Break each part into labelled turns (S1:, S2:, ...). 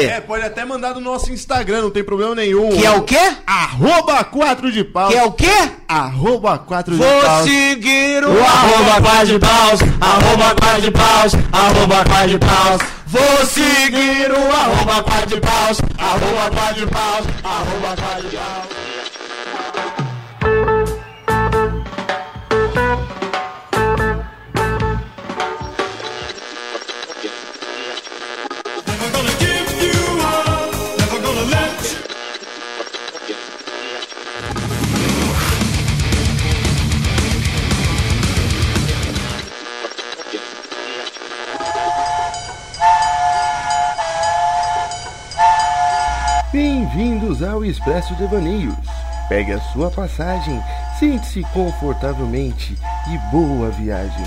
S1: É, pode até mandar no nosso Instagram, não tem problema nenhum.
S2: Que é o quê?
S1: Arroba 4 de pau.
S2: Que é o é quê?
S1: Arroba 4 de
S2: Vou
S1: pau.
S2: seguir o
S3: O arroba quase de paus, arroba quase de paus, arroba quase de paus. Vou seguir o arroba quase de paus, arroba quase de paus, arroba quase de paus.
S4: Never gonna give you up, never gonna let you.
S5: Bem-vindos ao Expresso Devaneios. Pegue a sua passagem, sente-se confortavelmente e boa viagem.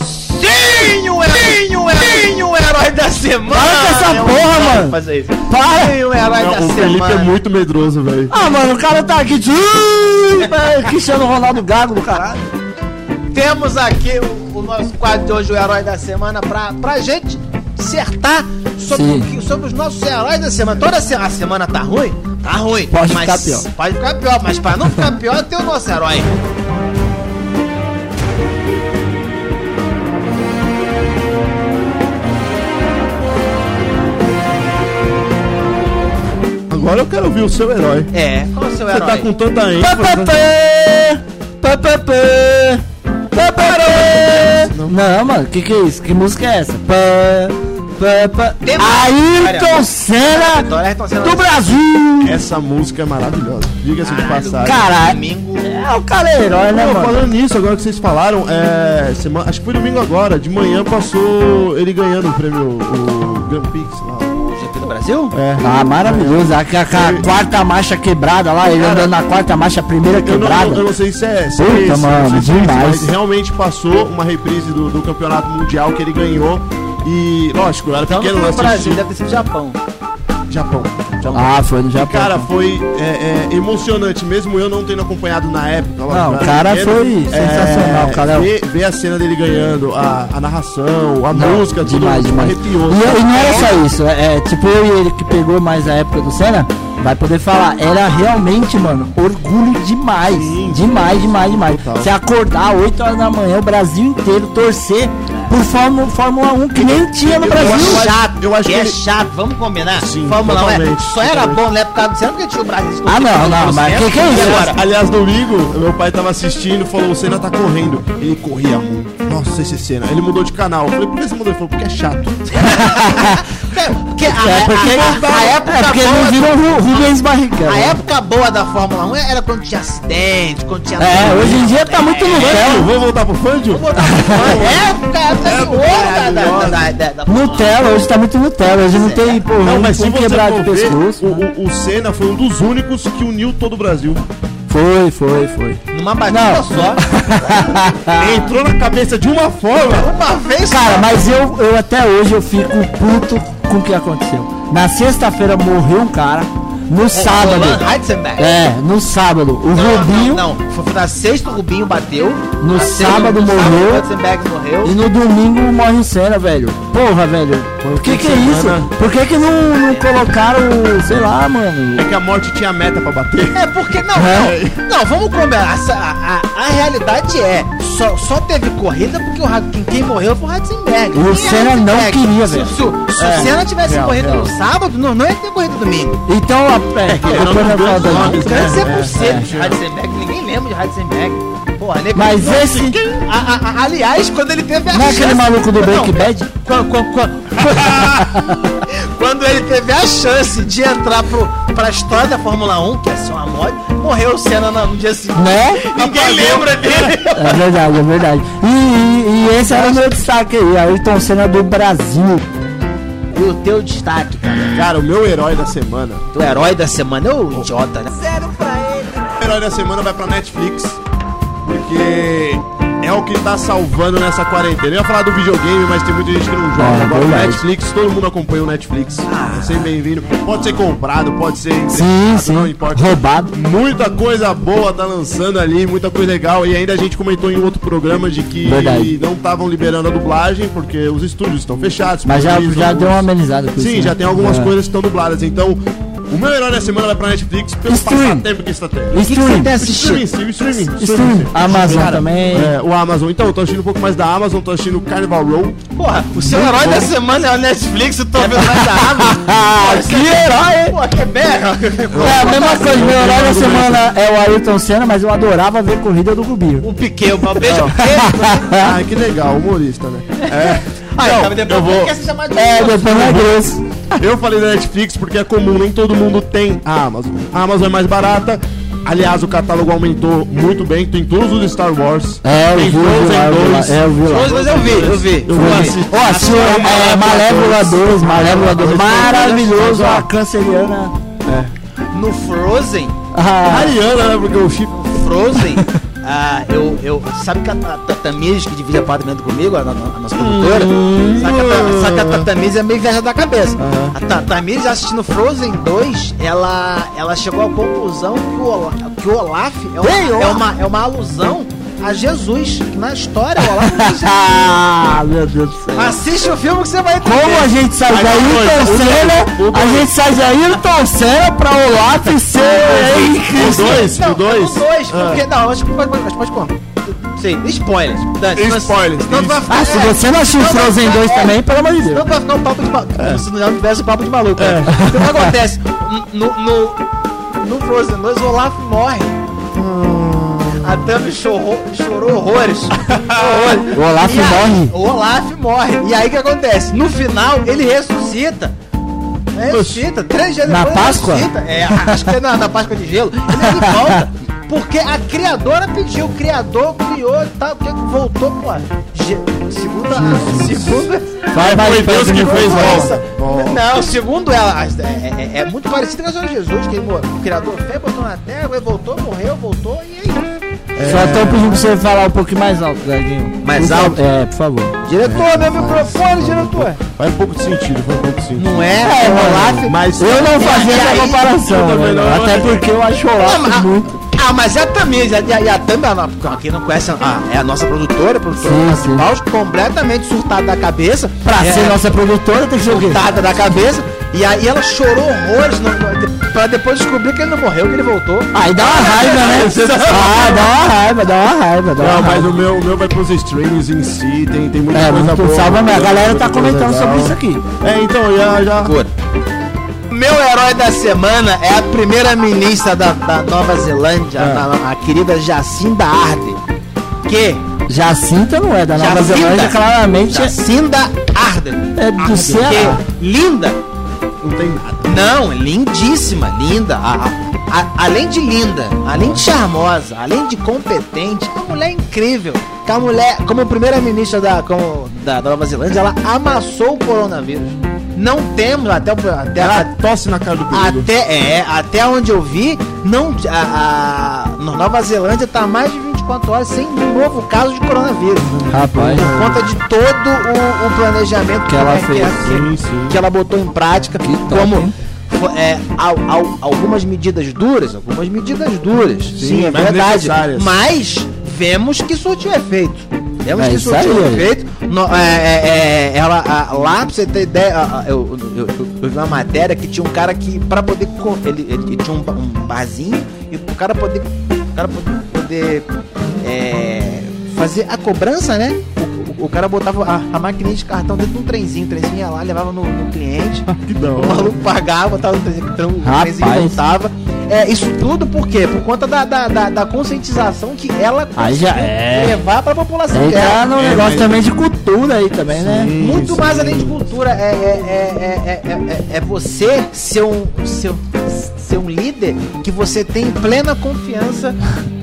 S2: Sim, o herói, sim, o herói da semana!
S3: Para com essa
S2: É um
S3: porra,
S2: otário
S3: mano.
S2: Fazer isso.
S3: Para!
S2: Sim, o herói da
S1: O Felipe
S2: semana!
S1: é muito medroso, velho.
S3: Ah, mano, o cara tá aqui. de- Cristiano Ronaldo Gago do caralho.
S2: Temos aqui o, o nosso quadro de hoje, o herói da semana, pra, pra gente dissertar sobre,
S3: Sim.
S2: o que- sobre os nossos heróis da semana. Toda se, a semana tá ruim? Tá ruim.
S3: Pode
S2: mas,
S3: ficar pior.
S2: Pode ficar pior, mas pra não ficar pior, tem o nosso herói.
S1: Agora eu quero ouvir o seu herói.
S2: É, qual é o seu
S1: Você
S2: herói?
S1: tá com tanta ênfase.
S3: Papapê! Papapê! Papapê! Não, mano, que que é isso? Que música é essa? Pá, pá, pá.
S2: Tem música,
S3: Ayrton
S2: cara.
S3: Senna
S2: Então, Ayrton Senna
S3: do Brasil!
S1: Essa música é maravilhosa. Diga-se de passagem.
S3: Caralho!
S2: Domingo.
S3: É o cara é herói, né,
S1: Pô,
S3: mano?
S1: falando nisso, agora que vocês falaram, é, semana, acho que foi domingo agora, de manhã passou ele ganhando o prêmio, o Grand Prix lá.
S2: GP do Brasil?
S1: É.
S3: Ah, maravilhoso. A, a- a quarta marcha quebrada lá, ele andando na quarta marcha, a primeira
S1: Eu não, eu
S3: quebrada.
S1: não sei se é. Se
S3: Puta,
S1: é isso,
S3: mano,
S1: não sei se é isso,
S3: demais.
S1: mas realmente passou uma reprise do, do campeonato mundial que ele ganhou. E, lógico, eu era
S2: Então não
S1: pequeno
S2: foi no
S1: lance
S2: Brasil, deve ter sido Japão.
S1: Japão. Japão.
S3: Ah, foi no Japão.
S1: Cara,
S2: assim.
S1: foi é, é, emocionante, mesmo eu não tendo acompanhado na época. lógico,
S3: Não,
S1: eu
S3: o
S1: era
S3: cara
S1: pequeno.
S3: foi sensacional, cara. É um-
S1: Ver, ver a cena dele ganhando, a, a narração, a
S3: Não,
S1: música, tudo
S3: demais, demais.
S1: arrepiou. assim.
S3: E, eu- e não era só isso, é, é, tipo eu e ele que pegou mais a época do Senna, vai poder falar, era realmente, mano, orgulho demais, demais, demais, demais. Você acordar 8 horas da manhã, o Brasil inteiro torcer por Fórmula, Fórmula 1 que nem tinha no
S1: eu
S3: Brasil.
S1: acho-
S2: Chato,
S1: eu acho
S2: que
S1: que
S2: é
S1: ele-
S2: chato, vamos combinar?
S1: Sim,
S2: Fórmula 1 é,
S1: totalmente,
S2: só era
S1: totalmente.
S2: bom, né? Por causa do Senna, porque tinha o Brasil.
S3: Ah, não, não, mas que que é isso?
S2: Agora,
S1: Aliás, domingo, meu pai tava assistindo, falou, o Senna tá correndo. Ele corria muito. Nossa, esse Senna. Ele mudou de canal. Eu falei, por que você mudou? Ele falou, porque é chato.
S2: É, porque a,
S3: É porque,
S2: a- a época
S3: é porque
S2: boa,
S3: não viram Ru- Rubens Barrichello.
S2: a época boa da Fórmula 1 era quando tinha acidente, quando tinha.
S3: É, hoje em dia tá muito no
S1: Fândio, Então, vamos voltar pro Fândio?
S2: É, época, época boa da, da, da, da, da Fórmula 1.
S3: Nutella, hoje tá muito Nutella, hoje não tem, pô,
S1: é. Não, mas se
S3: tem
S1: você
S3: quebrar
S1: for
S3: de
S1: ver,
S3: pescoço. né?
S1: o, o, o Senna foi um dos únicos que uniu todo o Brasil.
S3: Foi, foi, foi.
S2: um. Numa batida
S3: Não.
S2: só.
S1: Entrou na cabeça de uma forma.
S2: Uma vez
S3: Cara,
S2: só.
S3: mas eu, eu até hoje eu fico puto com o que aconteceu. Na sexta-feira morreu um cara, no
S2: É,
S3: sábado.
S2: Roland Ratzenberg.
S3: É, no sábado, o
S2: Não,
S3: Rubinho
S2: Não, não, foi na sexta o Rubinho bateu.
S3: No
S2: na sexta,
S3: sábado
S2: no
S3: morreu.
S2: o Ratzenberg morreu.
S3: e no domingo morre o Senna, velho. Porra, velho. Por que que é isso?
S1: semana.
S3: Por que que não, não colocaram, sei lá, mano.
S1: É que a morte tinha meta pra bater.
S2: É porque não,
S3: É.
S2: não, não, vamos combinar. essa- a, a- a realidade é, só, só teve corrida porque o, Ra- quem, quem morreu foi o Ratzenberg.
S3: E o
S2: Quem é
S3: Senna não
S2: Ratzenberg?
S3: queria,
S2: se,
S3: velho.
S2: Se, se
S3: É,
S2: o Senna tivesse
S3: real,
S2: corrido
S3: real.
S2: no sábado, não, não ia ter corrido domingo.
S3: Então, a, é,
S1: eram
S3: depois
S1: os
S3: nós
S1: grandes
S3: falamos-
S1: nomes, né?
S2: Deve ser por
S1: é,
S2: ser de
S1: é.
S2: Ratzenberg, ninguém lembra de Ratzenberg. Porra, nego,
S3: Mas
S2: não,
S3: esse-
S2: ninguém- a- a- a- aliás, quando ele teve a
S3: Não é aquele maluco do
S2: Não,
S3: Break Bad?
S2: Quando, quando- quando- quando ele teve a chance de entrar pro, pra história da Fórmula 1, que é ser uma moda, morreu o Senna no, no dia seguinte.
S3: Né?
S2: Ninguém lembra dele.
S3: É verdade, é verdade. E, e- e esse era o meu destaque aí, Ayrton Senna do Brasil.
S2: E o teu destaque, cara?
S1: Cara, o meu herói da semana.
S2: O herói da semana é o idiota, né?
S1: O herói da semana vai pra Netflix. Porque é o que tá salvando nessa quarentena. Eu ia falar do videogame, mas tem muita gente que não
S3: É,
S1: joga. Agora o
S3: verdade.
S1: Netflix, todo mundo acompanha o Netflix. É sempre bem-vindo. Pode ser comprado, pode ser
S3: Sim,
S1: emprestado,
S3: sim.
S1: não importa.
S3: Roubado.
S1: Muita coisa boa tá lançando ali, muita coisa legal. E ainda a gente comentou em outro programa de que
S3: Verdade.
S1: não estavam liberando a dublagem porque os estúdios estão fechados.
S3: Mas já,
S1: priorizam
S3: já deu uma
S1: os-
S3: amenizada. com isso,
S1: Sim,
S3: né?
S1: já tem algumas
S3: É.
S1: coisas que estão dubladas. Então, o meu herói da semana vai pra Netflix pelo
S3: Stream.
S1: passatempo que está tendo.
S2: tem
S3: Stream.
S1: Streaming,
S2: assistindo?
S1: streaming, streaming.
S3: Streaming. Amazon também.
S1: É, o Amazon. Então, eu tô assistindo um pouco mais da Amazon, tô assistindo Carnival Row.
S2: Porra, o seu herói da semana é o Netflix, eu tô vendo mais da Amazon.
S3: Que herói, hein?
S2: Pô, que berra!
S3: É a mesma coisa, meu herói da semana é o Ayrton Senna, mas eu adorava ver corrida do Rubinho.
S2: O Piquet, o Beijo.
S1: Ah, que legal, humorista, né?
S2: Ai,
S1: Não,
S2: tá, depois
S1: eu vou-
S2: quer se chamar de
S3: É, depois não é grosso.
S1: Eu falei da Netflix porque é comum, nem todo mundo tem a Amazon. A Amazon é mais barata. Aliás, o catálogo aumentou muito bem, tem todos os Star Wars.
S3: É, eu vi,
S1: tem
S3: eu vi lá, eu vi lá,
S1: dois.
S3: é, eu vi lá.
S2: Mas mas eu vi, eu vi.
S1: Eu
S2: Eu
S1: vi.
S2: vi.
S3: Ó, a senhora, é, Malévola 2, Malévola 2, maravilhoso, a canceriana.
S2: No Frozen,
S3: Ah,
S1: Ariana, né? Porque o chip.
S2: Frozen, ah, eu, eu. Sabe que a Ta- Tatamis, que divide apartamento comigo, a, no- a nossa produtora,
S3: Hum.
S2: sabe que a, Ta- sabe que a Tatamis é meio viagem da cabeça. A Tatamis, assistindo Frozen 2, ela, ela chegou à conclusão que o, Ola- que o Olaf é uma,
S3: Ei, Olaf!
S2: é, uma, é uma alusão a Jesus. que Na história, o Olaf.
S3: ah, meu Deus do céu.
S2: Assiste o filme que você vai entender.
S3: Como a gente sai de Ayrton Senna, a gente sai de Ayrton Senna pra Olaf ser
S1: O
S3: hein?
S1: dois,
S2: Não,
S1: o dois.
S2: O 2,
S3: Ah.
S2: porque não, acho que pode, pode, pode como? Sei, spoilers. Dante, mas-
S1: Spoilers,
S2: senão tu vai ficar-
S3: Ah, se
S2: é,
S3: você não assistiu
S2: senão vai
S3: Frozen
S2: ficar-
S3: 2
S2: é,
S3: também, pelo amor de
S2: Senão
S3: Deus.
S2: tu vai ficar um papo de maluco.
S3: É.
S2: Como se não tivesse um papo de maluco. né? Então, o que acontece? No, no, no Frozen 2, o Olaf morre.
S3: Hum.
S2: A Thumb chorou, chorou horrores. Horrores.
S3: O Olaf
S2: E aí,
S3: morre?
S2: O Olaf morre. E aí o que acontece? No final, ele ressuscita. Ressuscita. Três dias
S3: Na
S2: depois ele
S3: Páscoa?
S2: ressuscita. É, acho que é na, na Páscoa de Gelo. Ele, ele volta. Porque a criadora pediu, o criador criou e tal, que voltou, pô. Ge- Segunda. Segunda.
S3: Vai, vai,
S1: Foi Deus que fez,
S3: vai.
S1: volta. Volta.
S2: Não, segundo ela, as- é, é- é muito parecido com a história de Jesus, que ele, mor- o criador fez, botou na terra, ele voltou, morreu, voltou e é aí.
S3: Só tô pedindo pra você falar um pouquinho mais alto, Gaguinho.
S2: Mais
S3: Por favor.
S2: alto?
S3: É, por favor.
S2: Diretor, meu microfone, diretor.
S1: Faz um pouco de sentido, faz pouco de sentido.
S2: Não é, é o Olaf
S1: Mas
S3: Eu não fazia
S2: e aí?
S3: essa comparação,
S1: Eu também
S3: né?
S1: não.
S3: até porque eu acho o
S2: Ah,
S3: Olaf
S2: mas-
S3: muito...
S2: Ah, mas é a Tamires, e a, e a Tami, a no- pra quem não conhece, a- é a nossa produtora, produtora
S3: Sim,
S2: Nasce
S3: sim.
S2: Paus, completamente surtada da cabeça.
S3: Pra
S2: é,
S3: ser nossa produtora tem que ser o quê?
S2: surtada da cabeça. E aí ela chorou horrores no, no- pra depois descobrir que ele não morreu, que ele voltou.
S3: Aí dá uma raiva, né? Ah, dá uma raiva, dá uma raiva, dá uma
S1: Não, mas
S3: raiva.
S1: o meu, o meu vai pros streams em si, tem, tem muita
S3: É,
S1: coisa
S3: muito
S1: boa.
S3: salva mesmo. A galera tá
S1: muita coisa
S3: comentando
S1: legal.
S3: sobre isso aqui.
S1: É, então, já, já
S2: Meu herói da semana é a primeira ministra da, da Nova Zelândia,
S3: Ah.
S2: a, a querida Jacinda Arden. Que
S3: Jacinta não é da Nova
S2: Jacinta.
S3: Zelândia, claramente
S2: Jacinda Arden.
S3: é do Ceará.
S2: Que linda!
S1: não tem nada.
S2: Não, é lindíssima, linda. A- a- a- além de linda, além de charmosa, além de competente, uma mulher é incrível. Que a mulher, como primeira-ministra da, como- da Nova Zelândia, ela amassou o coronavírus. Não temos, até, o- até,
S1: Ela tosse na cara
S3: Ah,
S1: do perigo.
S2: até, é, até onde eu vi, não, a, a- na Nova Zelândia tá mais de 24 horas sem um novo caso de coronavírus. né?
S3: Rapaz.
S2: Por conta de todo o, o planejamento
S3: Que ela
S2: é- é-
S3: fez.
S2: que-
S1: Sim, sim.
S2: que ela botou em prática, como fo- é, al- al- algumas medidas duras, algumas medidas duras, sim, é
S1: mas
S2: verdade,
S1: necessárias.
S2: mas vemos que surtiu efeito. Vemos
S3: É
S2: que
S3: isso
S2: surtiu
S3: aí.
S2: efeito. No- é, é, é, ela, a- lá, pra você ter ideia, a- a- eu, eu- eu- eu vi uma matéria que tinha um cara que, pra poder. co- Ele, ele- ele tinha um, ba- um barzinho e o cara poder. O cara poder. poder, é, fazer a cobrança, né? O, o- o cara botava a, a maquininha de cartão dentro de um trenzinho. O trenzinho ia lá, levava no, no cliente.
S1: Que da
S2: O
S1: hora.
S2: maluco pagava, tava no trenzinho, então o
S3: Rapaz.
S2: trenzinho voltava. É, isso tudo por quê? Por conta da, da, da, da conscientização que ela
S3: Aí já
S2: conseguiu
S3: é.
S2: levar pra população
S3: Aí tá
S2: dela.
S3: no
S1: é,
S3: negócio
S1: mas-
S3: também de cultura aí também, né?
S2: Muito mais além de cultura, é, é, é, é, é, é, é você ser um, ser, ser um líder que você tem plena confiança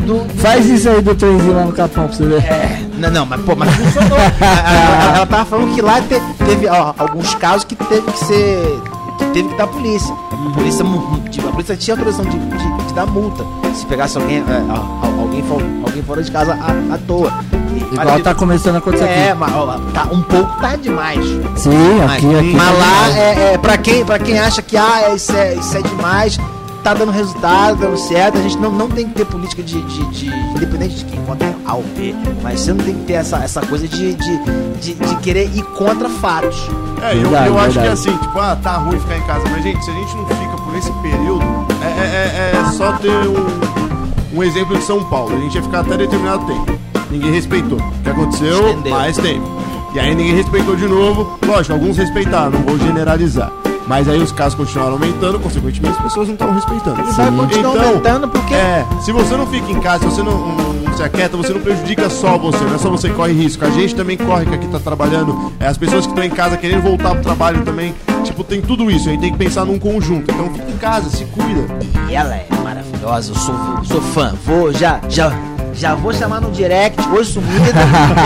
S2: do. do-
S3: Faz isso aí do trenzinho lá no Capão pra você ver.
S2: É, não, não, mas pô, mas funcionou. ela, ela- ela tava falando que lá te- teve ó, alguns casos que teve que ser. que teve que dar polícia. A
S3: Uhum.
S2: polícia, mu- tipo, a polícia tinha autorização de, de- de dar multa. Se pegasse alguém, é, ó, al- alguém, fo- alguém fora de casa à, à toa. E-
S3: Igual tá começando a acontecer
S2: É,
S3: aqui.
S2: mas ó, tá, um pouco tá demais.
S3: Sim, aqui,
S2: Mas-
S3: aqui.
S2: Mas lá, é, é, pra, quem, pra quem acha que ah, isso, é, isso é demais, tá dando resultado, dando certo, a gente não, não tem que ter política de, de, de- Independente de quem contra A ou B, mas você não tem que ter essa, essa coisa de, de, de, de querer ir contra fatos.
S1: É, eu,
S3: Verdade,
S1: eu acho que é
S3: verdade.
S1: assim, tipo, ah, tá ruim ficar em casa. Mas, gente, se a gente não fica por esse período, é, é- é- é só ter um, um exemplo de São Paulo. A gente ia ficar até determinado tempo. Ninguém respeitou. O que aconteceu?
S2: Estendeu.
S1: Mais tempo. E aí ninguém respeitou de novo. Lógico, alguns respeitaram, não vou generalizar. Mas aí os casos continuaram aumentando, consequentemente as pessoas não estavam respeitando.
S2: E vai continuar aumentando porque-
S1: Então, É, se você não fica em casa, se você não, não- não se aquieta, você não prejudica só você, não é só você que corre risco. A gente também corre que aqui tá trabalhando, é, as pessoas que estão em casa querendo voltar pro trabalho também. Tipo, tem tudo isso, a gente tem que pensar num conjunto. Então fica em casa, se cuida.
S2: E ela é maravilhosa, eu sou, sou fã. Vou, já, já, já vou chamar no direct, hoje sumida,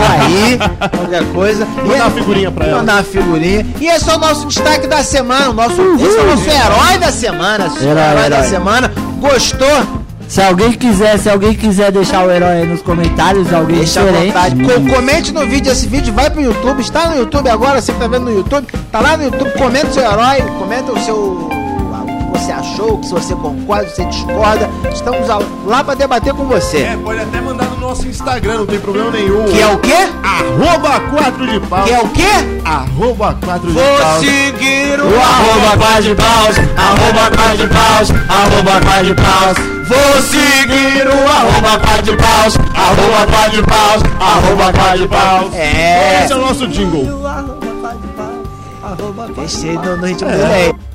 S2: tô aí, qualquer coisa.
S1: Mandar uma figurinha pra ela.
S2: Mandar uma figurinha. E esse é o nosso destaque da semana, o nosso, esse é o nosso herói da semana, super
S3: Herói,
S2: herói da
S3: herói.
S2: semana. Gostou?
S3: Se alguém quiser, se alguém quiser deixar o herói aí nos comentários, alguém
S2: Deixa à
S3: diferente.
S2: vontade. Co- comente no vídeo esse vídeo, vai pro YouTube, está no YouTube agora, você que tá vendo no YouTube, tá lá no YouTube, comenta o seu herói, comenta o seu. o que você achou, o que você concorda, o que você discorda. Estamos ao- lá pra debater com você.
S1: É, pode até mandar no nosso Instagram, não tem problema nenhum.
S2: Que é o quê?
S1: Arroba 4 de pau.
S2: Que é o quê?
S1: Arroba 4 de pau.
S2: seguir o
S3: Arroba quase de paus, arroba quase de paus, arroba quase de paus. Vou seguir o arroba quase de paus, arroba quase de paus, arroba quase de paus.
S2: É.
S1: Esse é o nosso jingle.
S2: Deixei no, no ritmo do dele.